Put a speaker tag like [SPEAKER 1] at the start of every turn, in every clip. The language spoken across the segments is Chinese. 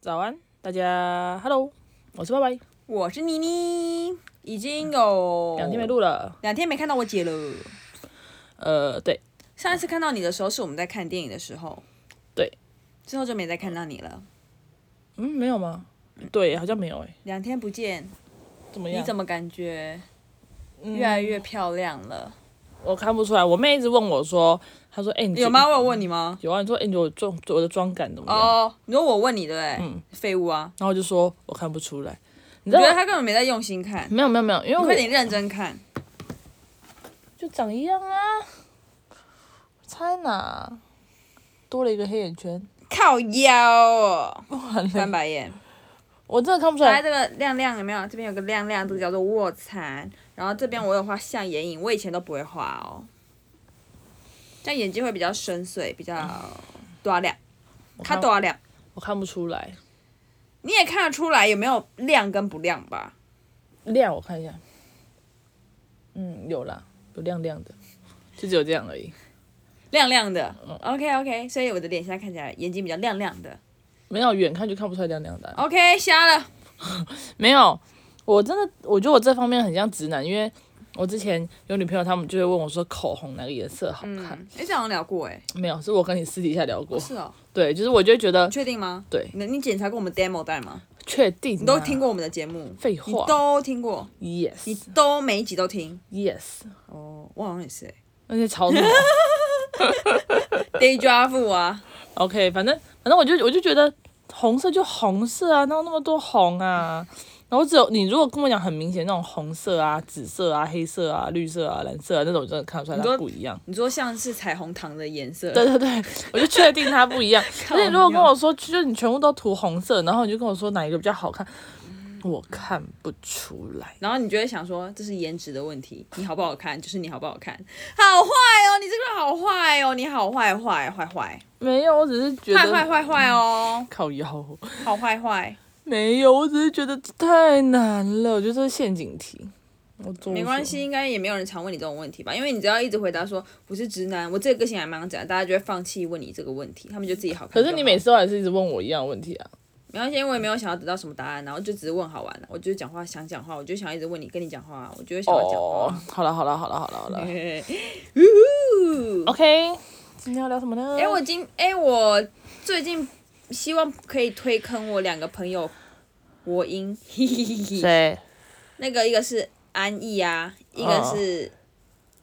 [SPEAKER 1] 早安，大家，Hello，我是拜
[SPEAKER 2] 哦
[SPEAKER 1] 拜，
[SPEAKER 2] 我是妮妮，已经有
[SPEAKER 1] 两天没录了。
[SPEAKER 2] 两天没看到我姐了。
[SPEAKER 1] 呃，对，
[SPEAKER 2] 上一次看到你的时候是我们在看电影的时候，
[SPEAKER 1] 对，
[SPEAKER 2] 之后就没再看到你了。
[SPEAKER 1] 嗯，没有吗？对，好像没有诶、
[SPEAKER 2] 两天不见，
[SPEAKER 1] 怎么样？
[SPEAKER 2] 你怎
[SPEAKER 1] 么、
[SPEAKER 2] 么感觉
[SPEAKER 1] 嗯
[SPEAKER 2] 越来越漂亮了？
[SPEAKER 1] 我看不出来，我妹一直问我说，她说，哎、你
[SPEAKER 2] 有吗？我有问你吗？
[SPEAKER 1] 有啊，你说，哎、你觉得我妆我的妆感怎么样
[SPEAKER 2] 哦，你说我问你对不对？废物啊！
[SPEAKER 1] 然后我就说我看不出来，嗯你
[SPEAKER 2] 我
[SPEAKER 1] 知道
[SPEAKER 2] 觉
[SPEAKER 1] 嗯
[SPEAKER 2] 得
[SPEAKER 1] 吗
[SPEAKER 2] 他根本没在用心看，
[SPEAKER 1] 没有没有没有，因为
[SPEAKER 2] 你快
[SPEAKER 1] 我
[SPEAKER 2] 点认真看。
[SPEAKER 1] 就长一样啊，猜哪？多了一个黑眼圈，
[SPEAKER 2] 靠腰哦，翻白眼。
[SPEAKER 1] 我真的看不出
[SPEAKER 2] 来
[SPEAKER 1] 来。
[SPEAKER 2] 这个亮亮有没有？这边有个亮亮，这个叫做卧蚕。然后这边我有画像眼影，我以前都不会画哦。这样眼睛会比较深邃，比较多亮，它
[SPEAKER 1] 看
[SPEAKER 2] 多亮。
[SPEAKER 1] 我看不出来，
[SPEAKER 2] 你也看得出来有没有亮跟不亮吧？
[SPEAKER 1] 亮我看一下，嗯，有啦，有亮亮的，就只有这样而已。
[SPEAKER 2] 亮亮的，OK OK，所以我的脸现在看起来眼睛比较亮亮的
[SPEAKER 1] 没有远看就看不出来亮亮的啊、
[SPEAKER 2] ，OK，瞎了。
[SPEAKER 1] 没有，我真的我觉得我这方面很像直男，因为我之前有女朋友，他们就会问我说口红哪个颜色好看。
[SPEAKER 2] 嗯，哎，这好像聊过哎，
[SPEAKER 1] 没有，是我跟你私底下聊过。
[SPEAKER 2] 是哦，
[SPEAKER 1] 对，就是我就会觉得
[SPEAKER 2] 你确定吗？
[SPEAKER 1] 对
[SPEAKER 2] 你你检查过我们 demo 带吗？
[SPEAKER 1] 确定、
[SPEAKER 2] 你都听？过我们的节目，
[SPEAKER 1] 废
[SPEAKER 2] 你
[SPEAKER 1] 话
[SPEAKER 2] 都听过，你
[SPEAKER 1] ，yes
[SPEAKER 2] 都每一集都听。
[SPEAKER 1] yes，
[SPEAKER 2] 哦，我好像也是哎。
[SPEAKER 1] 那些吵什么
[SPEAKER 2] deja vu 啊，
[SPEAKER 1] ？OK，反正反正我就我就觉得红色就红色啊，哪有那么多红啊？然后只有你如果跟我讲很明显那种红色啊、紫色啊、黑色啊、绿色啊、蓝色啊那种，我真的看得出来
[SPEAKER 2] 你说
[SPEAKER 1] 它不一样。
[SPEAKER 2] 你说像是彩虹糖的颜色，
[SPEAKER 1] 对对对，我就确定它不 一样。
[SPEAKER 2] 靠
[SPEAKER 1] 而且如果跟
[SPEAKER 2] 腰
[SPEAKER 1] 我说，就是你全部都涂红色，然后你就跟我说哪一个比较好看，我看不出来。
[SPEAKER 2] 然后你就会想说这是颜值的问题，你好不好看就是你好不好看，好坏哦，你这个人好坏哦，你好坏坏坏坏
[SPEAKER 1] 没有，我只是觉得
[SPEAKER 2] 坏坏坏坏哦，
[SPEAKER 1] 靠腰。
[SPEAKER 2] 好坏坏，
[SPEAKER 1] 没有，我只是觉得太难了，我觉得这是陷阱题。我做不
[SPEAKER 2] 没关系，
[SPEAKER 1] 出，
[SPEAKER 2] 应该也没有人常问你这种问题吧，因为你只要一直回答说我是直男，我这个个性还蛮讲，大家就会放弃问你这个问题，他们就自己好看就好。
[SPEAKER 1] 可是你每次都还是一直问我一样的问题啊。
[SPEAKER 2] 没关系，因为我也没有想要得到什么答案，然后就只是问好玩的，我就讲话想讲话，我就想一直问你跟你讲话，啊我就会想要讲
[SPEAKER 1] 哦
[SPEAKER 2] 话。，
[SPEAKER 1] 好了好了好了好了好了
[SPEAKER 2] 呜
[SPEAKER 1] ，OK，今天要聊什么呢？
[SPEAKER 2] 哎、我今哎、我最近希望可以推坑我两个朋友，国英，嘿嘿嘿嘿，
[SPEAKER 1] 谁？
[SPEAKER 2] 那个一个是安逸啊，一个是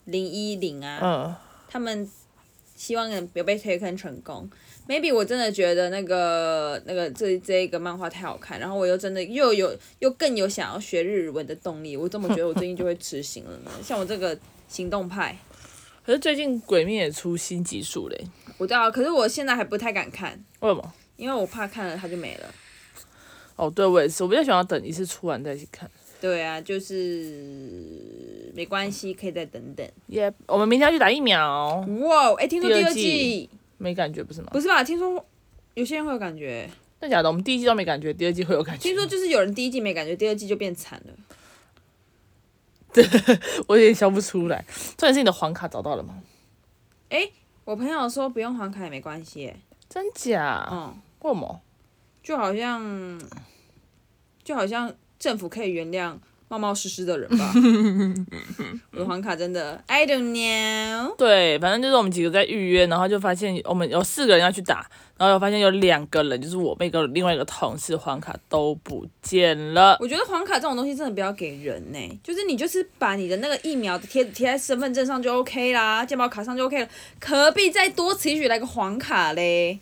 [SPEAKER 2] 林依林啊，
[SPEAKER 1] 嗯，
[SPEAKER 2] 他们希望能有被推坑成功。maybe 我真的觉得那个那个这这一个漫画太好看，然后我又真的又有又更有想要学日文的动力，我怎么觉得我最近就会执行了呢？ 像我这个行动派，
[SPEAKER 1] 可是最近《鬼灭》也出新集数嘞，
[SPEAKER 2] 我知道，可是我现在还不太敢看，
[SPEAKER 1] 为什么？
[SPEAKER 2] 因为我怕看了它就没了。
[SPEAKER 1] 哦，对我也是，我比较想要等一次出完再去看。
[SPEAKER 2] 对啊，就是没关系，可以再等等。
[SPEAKER 1] 耶、我们明天要去打疫苗，
[SPEAKER 2] 哇，哎，听说
[SPEAKER 1] 第
[SPEAKER 2] 第
[SPEAKER 1] 二
[SPEAKER 2] 二
[SPEAKER 1] 季
[SPEAKER 2] 季
[SPEAKER 1] 没感觉不是吗？
[SPEAKER 2] 不是吧？听说有些人会有感觉，
[SPEAKER 1] 真的假的？我们第一季都没感觉，第二季会有感觉。
[SPEAKER 2] 听说就是有人第一季没感觉，第二季就变惨了。
[SPEAKER 1] 我有点笑不出来。重点是你的黄卡找到了吗？
[SPEAKER 2] 我朋友说不用还卡也没关系耶，
[SPEAKER 1] 真假？
[SPEAKER 2] 嗯，
[SPEAKER 1] 为什么？
[SPEAKER 2] 就好像就好像政府可以原谅冒冒失失的人 吧。我的黄卡真的，I don't know。
[SPEAKER 1] 对，反正就是我们几个在预约，然后就发现我们有四个人要去打，然后有发现有两个人，就是我妹跟另外一个同事黄卡都不见了。
[SPEAKER 2] 我觉得黄卡这种东西真的不要给人呢、就是你就是把你的那个疫苗的贴贴在身份证上就 OK 啦，健保卡上就 OK 了，何必再多期许来个黄卡嘞？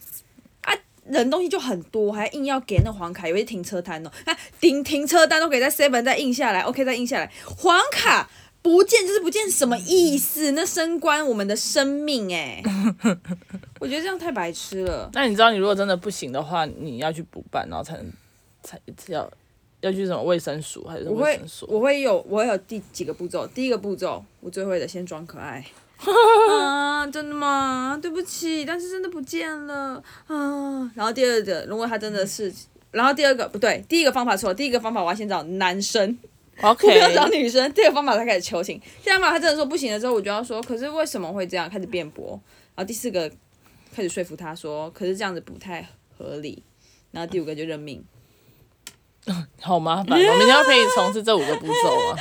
[SPEAKER 2] 啊，人东西就很多，还硬要给那黄卡，有些停车单哦、啊，停停车单都可以在 seven 再印下来，OK 再印下来，黄卡。不见就是不见，什么意思？那升官我们的生命哎、 我觉得这样太白痴了。
[SPEAKER 1] 那你知道，你如果真的不行的话，你要去补办，然后才能才要要去什么卫生署还是
[SPEAKER 2] 我
[SPEAKER 1] 卫
[SPEAKER 2] 会
[SPEAKER 1] 生所？
[SPEAKER 2] 我会有我会有第几个步骤？第一个步骤我最会的，先装可爱。 啊，真的吗？对不起，但是真的不见了啊。然后第二个，如果他真的是，然后第二个不对，第一个方法错了，第一个方法我要先找男生，
[SPEAKER 1] OK，
[SPEAKER 2] 不要找女生。第二个方法才开始求情。第三个方法他真的说不行了之后，我就要说，可是为什么会这样？开始辩驳。然后第四个开始说服他说，可是这样子不太合理。然后第五个就认命。
[SPEAKER 1] 好麻烦、哦，我明天要陪你重试这五个步 骤啊。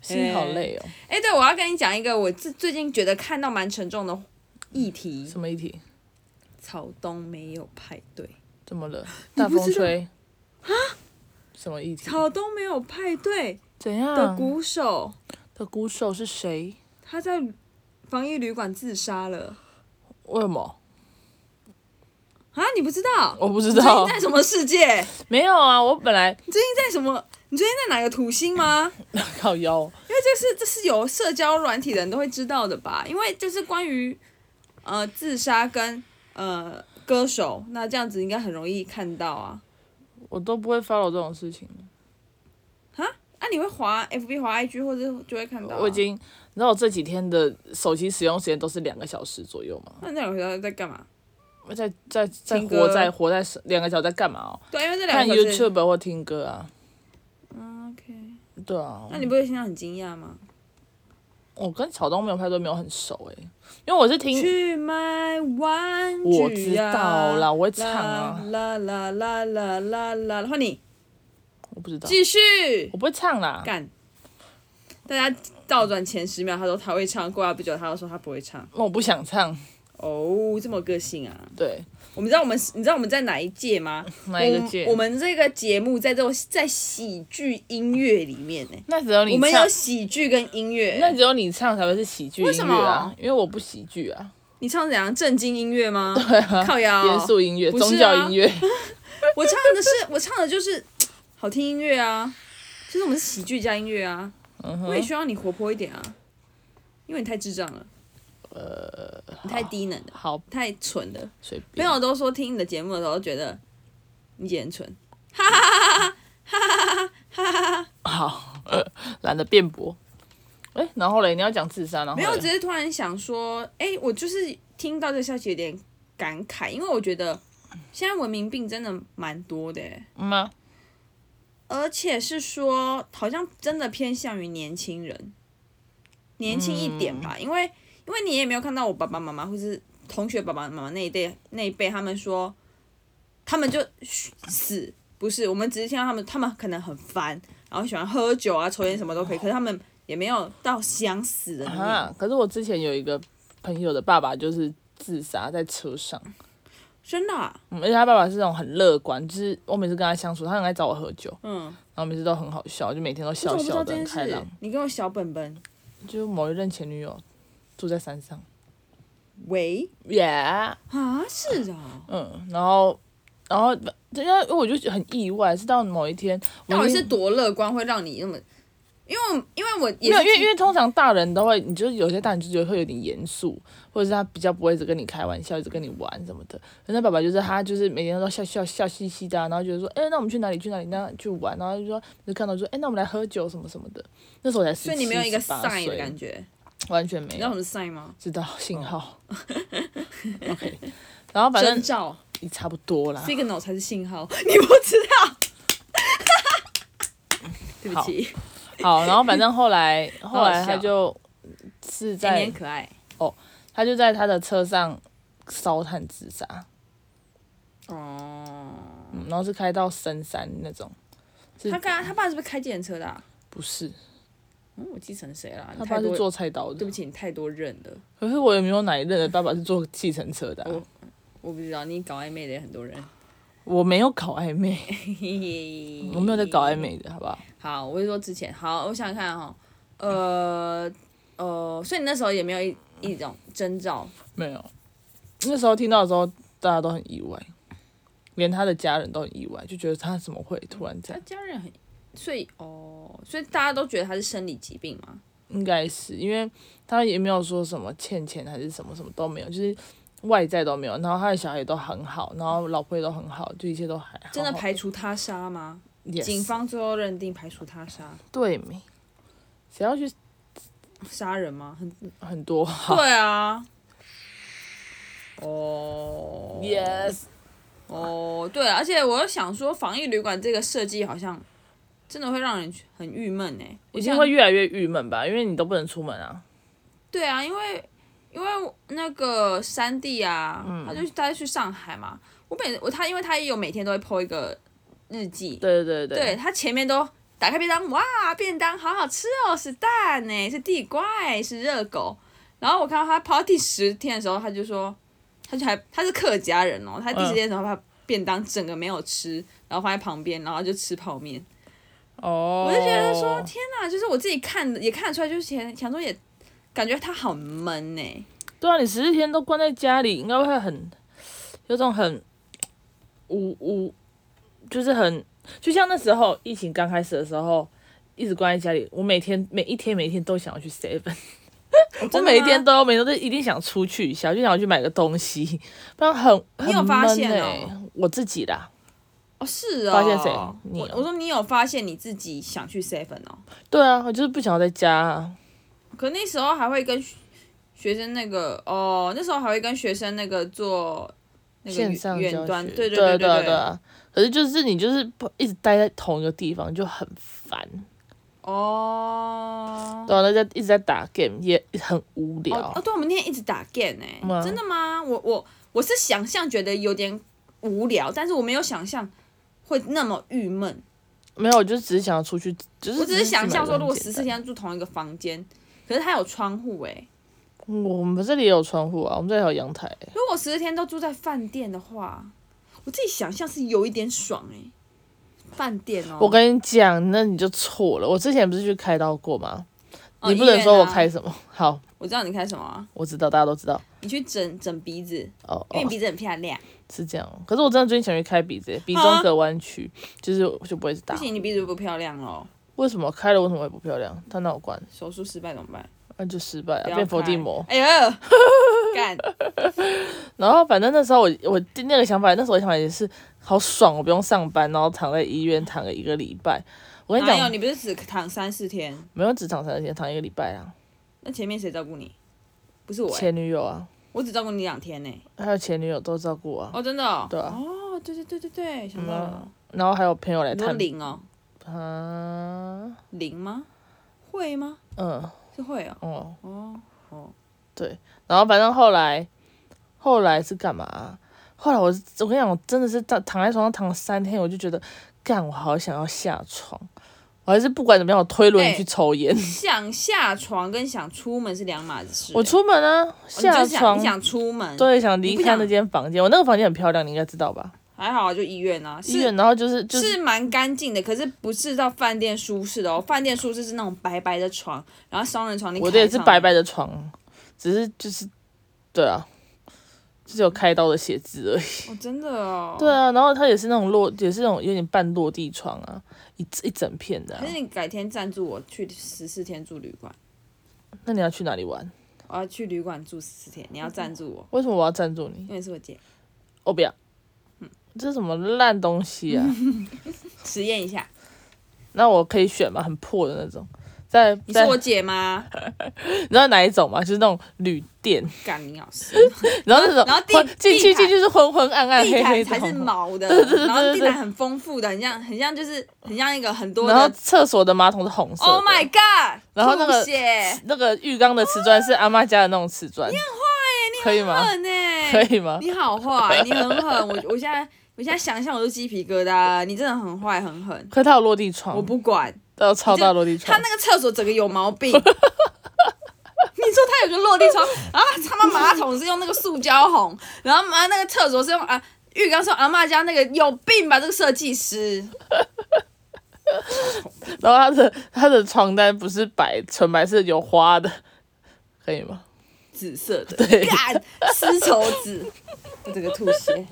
[SPEAKER 1] 心好累哦，
[SPEAKER 2] 哎、对，我要跟你讲一个我最最近觉得看到蛮沉重的议题
[SPEAKER 1] 什，么议题？
[SPEAKER 2] 草东没有派对。
[SPEAKER 1] 怎么了？大
[SPEAKER 2] 不知道
[SPEAKER 1] 风吹啊？什么议题？
[SPEAKER 2] 草东没有派对
[SPEAKER 1] 怎
[SPEAKER 2] 的
[SPEAKER 1] 样？
[SPEAKER 2] 鼓手，
[SPEAKER 1] 的鼓手是谁？
[SPEAKER 2] 他在防疫旅馆自杀了
[SPEAKER 1] 为什么？
[SPEAKER 2] 啊！你不知道？
[SPEAKER 1] 我不知
[SPEAKER 2] 你最近
[SPEAKER 1] 道。
[SPEAKER 2] 在什么世界？
[SPEAKER 1] 没有啊，我本来
[SPEAKER 2] 你最近在什么？你最近在哪个土星吗？
[SPEAKER 1] 靠腰。哦
[SPEAKER 2] 因为这是这是有社交软体的人都会知道的吧？因为就是关于呃自杀跟呃歌手，那这样子应该很容易看到啊。
[SPEAKER 1] 我都不会 follow 这种事情。
[SPEAKER 2] 啊，你会滑 FB 滑 IG 或者就会看到啊、
[SPEAKER 1] 我已经，你知道我这几天的手机使用时间都是两个小时左右嘛？
[SPEAKER 2] 那那两个小时在干嘛？
[SPEAKER 1] 我在在在
[SPEAKER 2] 听歌
[SPEAKER 1] 活在活在两个小时在干嘛哦？
[SPEAKER 2] 对啊，因为这两
[SPEAKER 1] 看
[SPEAKER 2] 个小时。
[SPEAKER 1] YouTube 或听歌啊。
[SPEAKER 2] 嗯，OK。
[SPEAKER 1] 对啊
[SPEAKER 2] 那，你不会现在很惊讶吗？
[SPEAKER 1] 我哦跟草东没有派对没有很熟诶、因为我是听
[SPEAKER 2] 去买玩具、啊。
[SPEAKER 1] 我知道啦，我会唱啊，
[SPEAKER 2] 啦啦啦啦啦啦啦，换你
[SPEAKER 1] 我不知道，
[SPEAKER 2] 继续
[SPEAKER 1] 我不会唱啦。
[SPEAKER 2] 干。大家倒转前十秒，他说他会唱，过来不久他又说他不会唱。
[SPEAKER 1] 那我不想唱，
[SPEAKER 2] 哦，这么有个性啊！
[SPEAKER 1] 对，
[SPEAKER 2] 我们知道我们你知道我们在哪一届吗？
[SPEAKER 1] 哪一个界
[SPEAKER 2] 我？我们这个节目在这种在喜剧音乐里面呢、
[SPEAKER 1] 那只有
[SPEAKER 2] 我
[SPEAKER 1] 你
[SPEAKER 2] 们
[SPEAKER 1] 唱
[SPEAKER 2] 有，喜剧跟音
[SPEAKER 1] 那
[SPEAKER 2] 乐。
[SPEAKER 1] 只有你唱才会是喜剧
[SPEAKER 2] 为
[SPEAKER 1] 音
[SPEAKER 2] 什
[SPEAKER 1] 乐啊
[SPEAKER 2] 么，
[SPEAKER 1] 因为我不喜剧啊，
[SPEAKER 2] 你唱怎样？正经音乐 吗？靠腰。
[SPEAKER 1] 严肃音乐、
[SPEAKER 2] 不是啊
[SPEAKER 1] 宗教音乐，
[SPEAKER 2] 我唱的是我唱的就是好听音乐啊，就是我们是喜剧加音乐啊。
[SPEAKER 1] 嗯
[SPEAKER 2] 我也需要你活泼一点啊，因为你太智障了。呃，你太低能了，
[SPEAKER 1] 好
[SPEAKER 2] 太蠢了。
[SPEAKER 1] 随
[SPEAKER 2] 朋
[SPEAKER 1] 便。
[SPEAKER 2] 友都说听你的节目的时候觉得你姐很蠢，
[SPEAKER 1] 好，懒得辩驳。哎、然后嘞，你要讲自杀，然后
[SPEAKER 2] 没有，
[SPEAKER 1] 嘞
[SPEAKER 2] 只是突然想说，哎、我就是听到这个消息有点感慨，因为我觉得现在文明病真的蛮多的、欸，
[SPEAKER 1] 嗯啊，
[SPEAKER 2] 而且是说，好像真的偏向于年轻人，年轻一点吧，
[SPEAKER 1] 嗯
[SPEAKER 2] 因为因为你也没有看到我爸爸妈妈或是同学爸爸妈妈那一辈那一辈，他们说他们就死，不是我们只是听到他们，他们可能很烦，然后喜欢喝酒啊、抽烟什么都可以，可是他们也没有到想死的那种。
[SPEAKER 1] 啊，可是我之前有一个朋友的爸爸就是自杀在车上，
[SPEAKER 2] 真的、啊，
[SPEAKER 1] 嗯，而且他爸爸是那种很乐观，就是我每次跟他相处，他很爱找我喝酒，
[SPEAKER 2] 嗯，
[SPEAKER 1] 然后每次都很好笑，就每天都
[SPEAKER 2] 我
[SPEAKER 1] 笑
[SPEAKER 2] 怎么
[SPEAKER 1] 笑
[SPEAKER 2] 不知道这
[SPEAKER 1] 的、很
[SPEAKER 2] 件
[SPEAKER 1] 开
[SPEAKER 2] 事
[SPEAKER 1] 朗。？
[SPEAKER 2] 你跟我小本本，
[SPEAKER 1] 就某一任前女友住在山上
[SPEAKER 2] 喂
[SPEAKER 1] ，Yeah，
[SPEAKER 2] 啊，是啊，
[SPEAKER 1] 嗯，然后然后人家我就觉得很意外，是到某一天，我
[SPEAKER 2] 到底
[SPEAKER 1] 已
[SPEAKER 2] 是
[SPEAKER 1] 经
[SPEAKER 2] 多乐观会让你那么？因为我因为我
[SPEAKER 1] 没
[SPEAKER 2] 也
[SPEAKER 1] 有，
[SPEAKER 2] 是
[SPEAKER 1] 因为因为通常大人都会，你就是有些大人就觉得会有点严肃，或者是他比较不会一直跟你开玩笑，一直跟你玩什么的。可是他爸爸就是他就是每天都笑笑笑嘻嘻的啊、然后觉得说，哎、那我们去哪里去哪里，那去玩，然后就说就看到说，哎、那我们来喝酒什么什么的。那时候我才十
[SPEAKER 2] 所以你没有一 个 sign 的
[SPEAKER 1] 岁，哎
[SPEAKER 2] 感觉，
[SPEAKER 1] 完全没
[SPEAKER 2] 你知道
[SPEAKER 1] 有
[SPEAKER 2] 什，么是 sign 吗？
[SPEAKER 1] 知道信号。OK，然后反
[SPEAKER 2] 征
[SPEAKER 1] 正
[SPEAKER 2] 兆
[SPEAKER 1] 也差不多啦。
[SPEAKER 2] ，signal 才是信号， 你不知道。 对不起，
[SPEAKER 1] 好，然后反正后来
[SPEAKER 2] 好
[SPEAKER 1] 后来
[SPEAKER 2] 笑
[SPEAKER 1] 他就是
[SPEAKER 2] 今
[SPEAKER 1] 在
[SPEAKER 2] 年可爱
[SPEAKER 1] 他就在他的车上烧炭自杀。
[SPEAKER 2] 哦。
[SPEAKER 1] 嗯，然后是开到深山那种，是
[SPEAKER 2] 他刚他爸是不是开计程车的啊？
[SPEAKER 1] 不是？
[SPEAKER 2] 嗯，我记成谁啦？
[SPEAKER 1] 他
[SPEAKER 2] 你
[SPEAKER 1] 爸
[SPEAKER 2] 太
[SPEAKER 1] 是
[SPEAKER 2] 多，
[SPEAKER 1] 做菜刀
[SPEAKER 2] 对
[SPEAKER 1] 的
[SPEAKER 2] 不，起，你太多认了，
[SPEAKER 1] 可是我也没有哪一任的爸爸是做计程车的啊、
[SPEAKER 2] 哦我不知道你搞暧昧的也很多人。
[SPEAKER 1] 我没有搞暧昧，
[SPEAKER 2] 嘿嘿嘿
[SPEAKER 1] 我没有在搞暧昧的，好不好？
[SPEAKER 2] 好，我是说之前，好，我想想看哈、呃呃，所以你那时候也没有一一种征兆，
[SPEAKER 1] 没有，那时候听到的时候，大家都很意外，连他的家人都很意外，就觉得他怎么会突然这
[SPEAKER 2] 他
[SPEAKER 1] 样？
[SPEAKER 2] 家人很，所以哦，所以大家都觉得他是生理疾病嘛，
[SPEAKER 1] 应该是因为他也没有说什么欠钱还是什么什么都没有，就是外在都没有，然后他的小孩也都很好，然后老婆也都很好，就一切都还好好。
[SPEAKER 2] 真的排除他杀吗？
[SPEAKER 1] Yes，
[SPEAKER 2] 警方最后认定排除他杀，
[SPEAKER 1] 对没？谁要去
[SPEAKER 2] 杀人吗？很
[SPEAKER 1] 很多？
[SPEAKER 2] 对啊。哦
[SPEAKER 1] Yes，
[SPEAKER 2] 哦，对啊，而且我又想说，防疫旅馆这个设计好像真的会让人很郁闷哎，我
[SPEAKER 1] 一
[SPEAKER 2] 想
[SPEAKER 1] 定会越来越郁闷吧，因为你都不能出门啊。
[SPEAKER 2] 对啊，因为因为那个山地啊，他就他去上海嘛。我每我他因为他也有每天都会 po 一个日记，
[SPEAKER 1] 对对对
[SPEAKER 2] 对他前面都打开便当，哇，便当好好吃哦，是蛋呢，是地瓜哎，是热狗。然后我看到他跑到第十天的时候，他就说，他就还他是客家人哦，他第
[SPEAKER 1] 嗯
[SPEAKER 2] 十天的时候他便当整个没有吃，然后放在旁边，然后就吃泡面。
[SPEAKER 1] 哦，
[SPEAKER 2] 我就觉得说，天哪，就是我自己看的也看得出来，就是前想说也感觉他好闷呢。
[SPEAKER 1] 对啊，你十四天都关在家里，应该会很有种很无无，就是很就像那时候疫情刚开始的时候，一直关在家里，我每天每一天每一天都想要去
[SPEAKER 2] 哦
[SPEAKER 1] seven，我每一天都每天都一定想出去一下，就想要去买个东西，不然很
[SPEAKER 2] 你有发现
[SPEAKER 1] 很闷
[SPEAKER 2] 哦
[SPEAKER 1] 欸我自己啦，
[SPEAKER 2] 哦，是哦。
[SPEAKER 1] 发现谁你
[SPEAKER 2] 我
[SPEAKER 1] 哦
[SPEAKER 2] 我说你有发现你自己想去 seven 哦？
[SPEAKER 1] 对啊，我就是不想要在家、啊，
[SPEAKER 2] 可那时候还会跟学学生那个哦，那时候还会跟学生那个做那个
[SPEAKER 1] 线上
[SPEAKER 2] 远
[SPEAKER 1] 教
[SPEAKER 2] 远端，
[SPEAKER 1] 学，
[SPEAKER 2] 对
[SPEAKER 1] 对
[SPEAKER 2] 对
[SPEAKER 1] 啊啊
[SPEAKER 2] 对
[SPEAKER 1] 对啊。可是就是你就是不一直待在同一个地方就很烦，
[SPEAKER 2] 哦。
[SPEAKER 1] 对啊，那在一直在打 game 也很无聊。
[SPEAKER 2] 哦哦，对，我们那天一直打 game 哎、
[SPEAKER 1] 嗯啊
[SPEAKER 2] 真的吗？我我我是想象觉得有点无聊，但是我没有想象会那么郁闷。
[SPEAKER 1] 没有，我就只是想要出去，只是
[SPEAKER 2] 我只是想象说，如果十四
[SPEAKER 1] 天，
[SPEAKER 2] 天住同一个房间，可是它有窗户哎、
[SPEAKER 1] 嗯我们这里也有窗户啊，我们这里还有阳台欸、
[SPEAKER 2] 如果十四天都住在饭店的话，我自己想象是有一点爽哎、饭店哦，
[SPEAKER 1] 我跟你讲，那你就错了。我之前不是去开刀过吗？
[SPEAKER 2] 哦
[SPEAKER 1] 你不能说我，
[SPEAKER 2] 医
[SPEAKER 1] 开
[SPEAKER 2] 院啊
[SPEAKER 1] 什么。好，
[SPEAKER 2] 我知道你开什么、啊，
[SPEAKER 1] 我知道，大家都知道。
[SPEAKER 2] 你去整整鼻子，
[SPEAKER 1] 哦
[SPEAKER 2] 因
[SPEAKER 1] 哦
[SPEAKER 2] 为你，鼻子很漂亮。
[SPEAKER 1] 是这样。可是我真的最近想去开鼻子欸，鼻
[SPEAKER 2] 啊
[SPEAKER 1] 中隔弯曲，就是就不会
[SPEAKER 2] 不
[SPEAKER 1] 打。
[SPEAKER 2] 行，你鼻子不漂亮咯，
[SPEAKER 1] 为什么开了为什么会不漂亮？它哪有关？
[SPEAKER 2] 手术失败怎么办？
[SPEAKER 1] 那就失败了，
[SPEAKER 2] 不
[SPEAKER 1] 呃
[SPEAKER 2] 要
[SPEAKER 1] 变伏地
[SPEAKER 2] 开
[SPEAKER 1] 魔。
[SPEAKER 2] 哎呦， 干！
[SPEAKER 1] 然后反正那时候我我第那个想法，那时候我想法也是好爽，哦我不用上班，然后躺在医院躺个一个礼拜。我跟你
[SPEAKER 2] 哪
[SPEAKER 1] 讲
[SPEAKER 2] 有？，你不是只躺三四天？
[SPEAKER 1] 没有只躺三天，躺一个礼拜啊。
[SPEAKER 2] 那前面谁照顾你？不是我、欸，
[SPEAKER 1] 前女友啊，
[SPEAKER 2] 我只照顾你两天呢、
[SPEAKER 1] 还有前女友都照顾啊，
[SPEAKER 2] 哦，真的、哦？
[SPEAKER 1] 对嗯啊
[SPEAKER 2] 哦，对对对对对，想到了。
[SPEAKER 1] 然后还有朋友来
[SPEAKER 2] 你说
[SPEAKER 1] 探
[SPEAKER 2] 零哦，
[SPEAKER 1] 啊，
[SPEAKER 2] 零吗？会吗？
[SPEAKER 1] 嗯
[SPEAKER 2] 是会哦。
[SPEAKER 1] 哦，
[SPEAKER 2] 哦哦，
[SPEAKER 1] 然后反正后来后来是干嘛啊、后来我是我跟你讲，我真的是躺躺在床上躺了三天，我就觉得干，我好想要下床，我还是不管怎么样，我推轮椅
[SPEAKER 2] 哎
[SPEAKER 1] 去抽烟。
[SPEAKER 2] 想下床跟想出门是两码子事欸、
[SPEAKER 1] 我出门啊，
[SPEAKER 2] 哦你就
[SPEAKER 1] 下
[SPEAKER 2] 是想
[SPEAKER 1] 床
[SPEAKER 2] 你，想出门，，
[SPEAKER 1] 对，想离
[SPEAKER 2] 你不
[SPEAKER 1] 开
[SPEAKER 2] 想
[SPEAKER 1] 那间房间。我那个房间很漂亮，你应该知道吧？
[SPEAKER 2] 还好啊，就医院啊，
[SPEAKER 1] 医
[SPEAKER 2] 是
[SPEAKER 1] 院，然后就是就是
[SPEAKER 2] 是蛮干净的，可是不是到饭店舒适的哦。饭店舒适是那种白白的床，然后双人床你
[SPEAKER 1] 我的也
[SPEAKER 2] 开
[SPEAKER 1] 是
[SPEAKER 2] 上
[SPEAKER 1] 白
[SPEAKER 2] 面，
[SPEAKER 1] 白的床，只是就是，对啊，就是有开刀的写字而已。
[SPEAKER 2] 哦，真的哦。
[SPEAKER 1] 对啊，然后它也是那种落，也是那种有点半落地窗啊，一一整片的啊、
[SPEAKER 2] 可是你改天赞助我去十四天住旅馆，
[SPEAKER 1] 那你要去哪里玩？
[SPEAKER 2] 我要去旅馆住十四天，你要赞助我，
[SPEAKER 1] 为什么我要赞助你
[SPEAKER 2] 因？为你是我姐，
[SPEAKER 1] 我不要，
[SPEAKER 2] 嗯
[SPEAKER 1] 这什么烂东西啊！
[SPEAKER 2] 实验一下。
[SPEAKER 1] 那我可以选吗？很破的那种。在
[SPEAKER 2] 你是
[SPEAKER 1] 在，
[SPEAKER 2] 我
[SPEAKER 1] 你
[SPEAKER 2] 姐吗？
[SPEAKER 1] 知道哪一种吗？就是那种旅店，
[SPEAKER 2] 干你老师，
[SPEAKER 1] 然后那种
[SPEAKER 2] 然后地
[SPEAKER 1] 昏进去
[SPEAKER 2] 地毯
[SPEAKER 1] 进去是昏昏暗暗、
[SPEAKER 2] 地
[SPEAKER 1] 黑黑
[SPEAKER 2] 毯
[SPEAKER 1] 的
[SPEAKER 2] 才是
[SPEAKER 1] 红红，
[SPEAKER 2] 毛的，然后
[SPEAKER 1] 对对
[SPEAKER 2] 地
[SPEAKER 1] 对
[SPEAKER 2] 毯很丰富的，很像很像就是很像一个很多
[SPEAKER 1] 然后
[SPEAKER 2] 的。
[SPEAKER 1] 厕所的马桶是红色的。
[SPEAKER 2] Oh my god！
[SPEAKER 1] 然后那个
[SPEAKER 2] 吐血哎
[SPEAKER 1] 那个浴缸的瓷砖是阿妈家的那种瓷砖，你很坏耶，可以吗？
[SPEAKER 2] 很欸
[SPEAKER 1] 可以吗？
[SPEAKER 2] 你好坏，你很狠，我我现在我现在想一想我都鸡皮疙瘩，你真的很坏很狠，
[SPEAKER 1] 可它有落地窗，
[SPEAKER 2] 我不管，
[SPEAKER 1] 它有超大落地
[SPEAKER 2] 他
[SPEAKER 1] 窗，
[SPEAKER 2] 那个厕所整个有毛病。你说他有个落地窗啊，他妈马桶是用那个塑胶红，然后妈那个厕所是用啊浴缸是用阿嬷家那个有病吧？这个设计师
[SPEAKER 1] 然后它的它的床单不是白纯白是有花的， 可以吗？
[SPEAKER 2] 紫色的，
[SPEAKER 1] 对
[SPEAKER 2] 干丝绸纸，我这个吐血。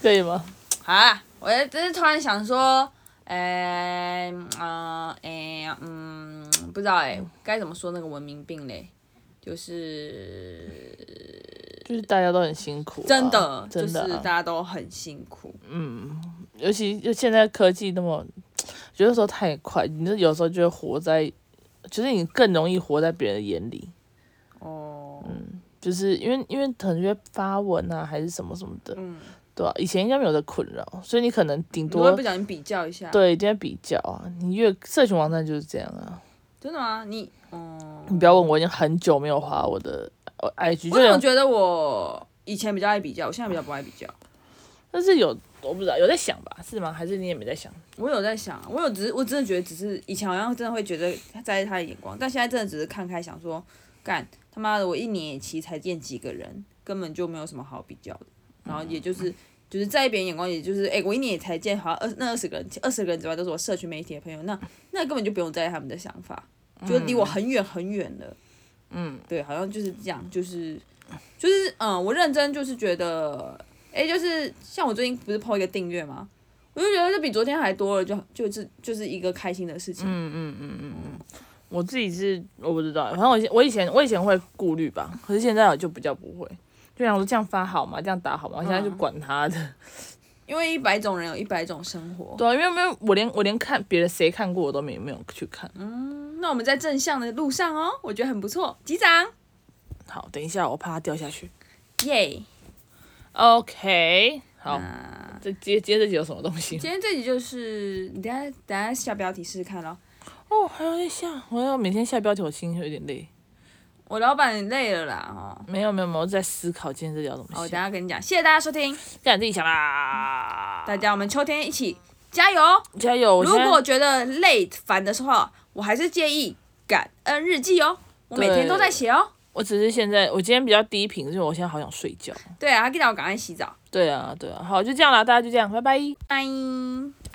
[SPEAKER 1] 可以吗？
[SPEAKER 2] 好啦，我只是突然想说，呃，啊、诶，嗯，不知道哎、该怎么说那个文明病嘞？就是
[SPEAKER 1] 就是大家都很辛苦啊、
[SPEAKER 2] 真的，就
[SPEAKER 1] 真
[SPEAKER 2] 是
[SPEAKER 1] 的啊、
[SPEAKER 2] 大家都很辛苦。
[SPEAKER 1] 尤其就现在科技那么，有的时候太快，你就有时候就会活在，就是你更容易活在别人的眼里，
[SPEAKER 2] 哦，
[SPEAKER 1] 嗯就是因为因为可能就会发文啊，还是什么什么的，
[SPEAKER 2] 嗯，
[SPEAKER 1] 对吧、以前应该没有这困扰，所以你可能顶
[SPEAKER 2] 你会
[SPEAKER 1] 多
[SPEAKER 2] 不小心比较一下，，
[SPEAKER 1] 对，一定要比较啊。你越社群网站就是这样啊。
[SPEAKER 2] 真的吗？你，嗯，
[SPEAKER 1] 你不要问我，已经很久没有滑我的呃 IG，就
[SPEAKER 2] 我怎么
[SPEAKER 1] 连
[SPEAKER 2] 觉得我以前比较爱比较，我现在比较不爱比较。
[SPEAKER 1] 但是有我不知道有在想吧，是吗？还是你也没在想？
[SPEAKER 2] 我有在想，啊我有只是我真的觉得只是以前好像真的会觉得在意他的眼光，但现在真的只是看开，想说干他妈的，我一年其实才见几个人，根本就没有什么好比较的。然后也就是、就是在意别人眼光，也就是哎、诶我一年也才见好像二那二十个人，二十个人之外都是我社群媒体的朋友，那那根本就不用在意他们的想法，就离我很远很远了。嗯，对，好像就是这样，就是就是嗯，我认真就是觉得，哎、就是像我最近不是 PO 一个订阅吗？我就觉得这比昨天还多了，就就是就是一个开心的事情。嗯，
[SPEAKER 1] 我自己是我不知道，反正我以前我以前我以前会顾虑吧，可是现在我就比较不会，就想说这样发好吗？这样打好吗？我现在
[SPEAKER 2] 嗯
[SPEAKER 1] 就管他的。
[SPEAKER 2] 因为一百种人有一百种生活。
[SPEAKER 1] 对啊，因为没有我连我连看别人谁看过我都没没有去看。
[SPEAKER 2] 嗯那我们在正向的路上哦，我觉得很不错，击掌，
[SPEAKER 1] 好，等一下我怕它掉下去。
[SPEAKER 2] 耶！
[SPEAKER 1] OK，好，
[SPEAKER 2] 嗯那
[SPEAKER 1] 这接接这集有什么东西？
[SPEAKER 2] 今天这集就是你等下等下下标题试试看咯。
[SPEAKER 1] 哦，还要再下，我要每天下标题，我心有点累。
[SPEAKER 2] 我老板累了啦哦，
[SPEAKER 1] 没有没有没有，我在思考今天这聊怎
[SPEAKER 2] 好，
[SPEAKER 1] 么
[SPEAKER 2] 我
[SPEAKER 1] 下
[SPEAKER 2] 等。下跟你讲，谢谢大家收听，
[SPEAKER 1] 干自己想啦，
[SPEAKER 2] 大家我们秋天一起加油！哦
[SPEAKER 1] 加油！我
[SPEAKER 2] 如
[SPEAKER 1] 现在
[SPEAKER 2] 果觉得累烦的时候，啊我还是建议感恩日记哦，我每
[SPEAKER 1] 对
[SPEAKER 2] 天都在写哦。
[SPEAKER 1] 我只是现在我今天比较低频，所以我现在好想睡觉。
[SPEAKER 2] 对啊，给到我赶快洗澡，
[SPEAKER 1] 对啊对啊，好就这样啦，大家就这样，拜拜。
[SPEAKER 2] 拜。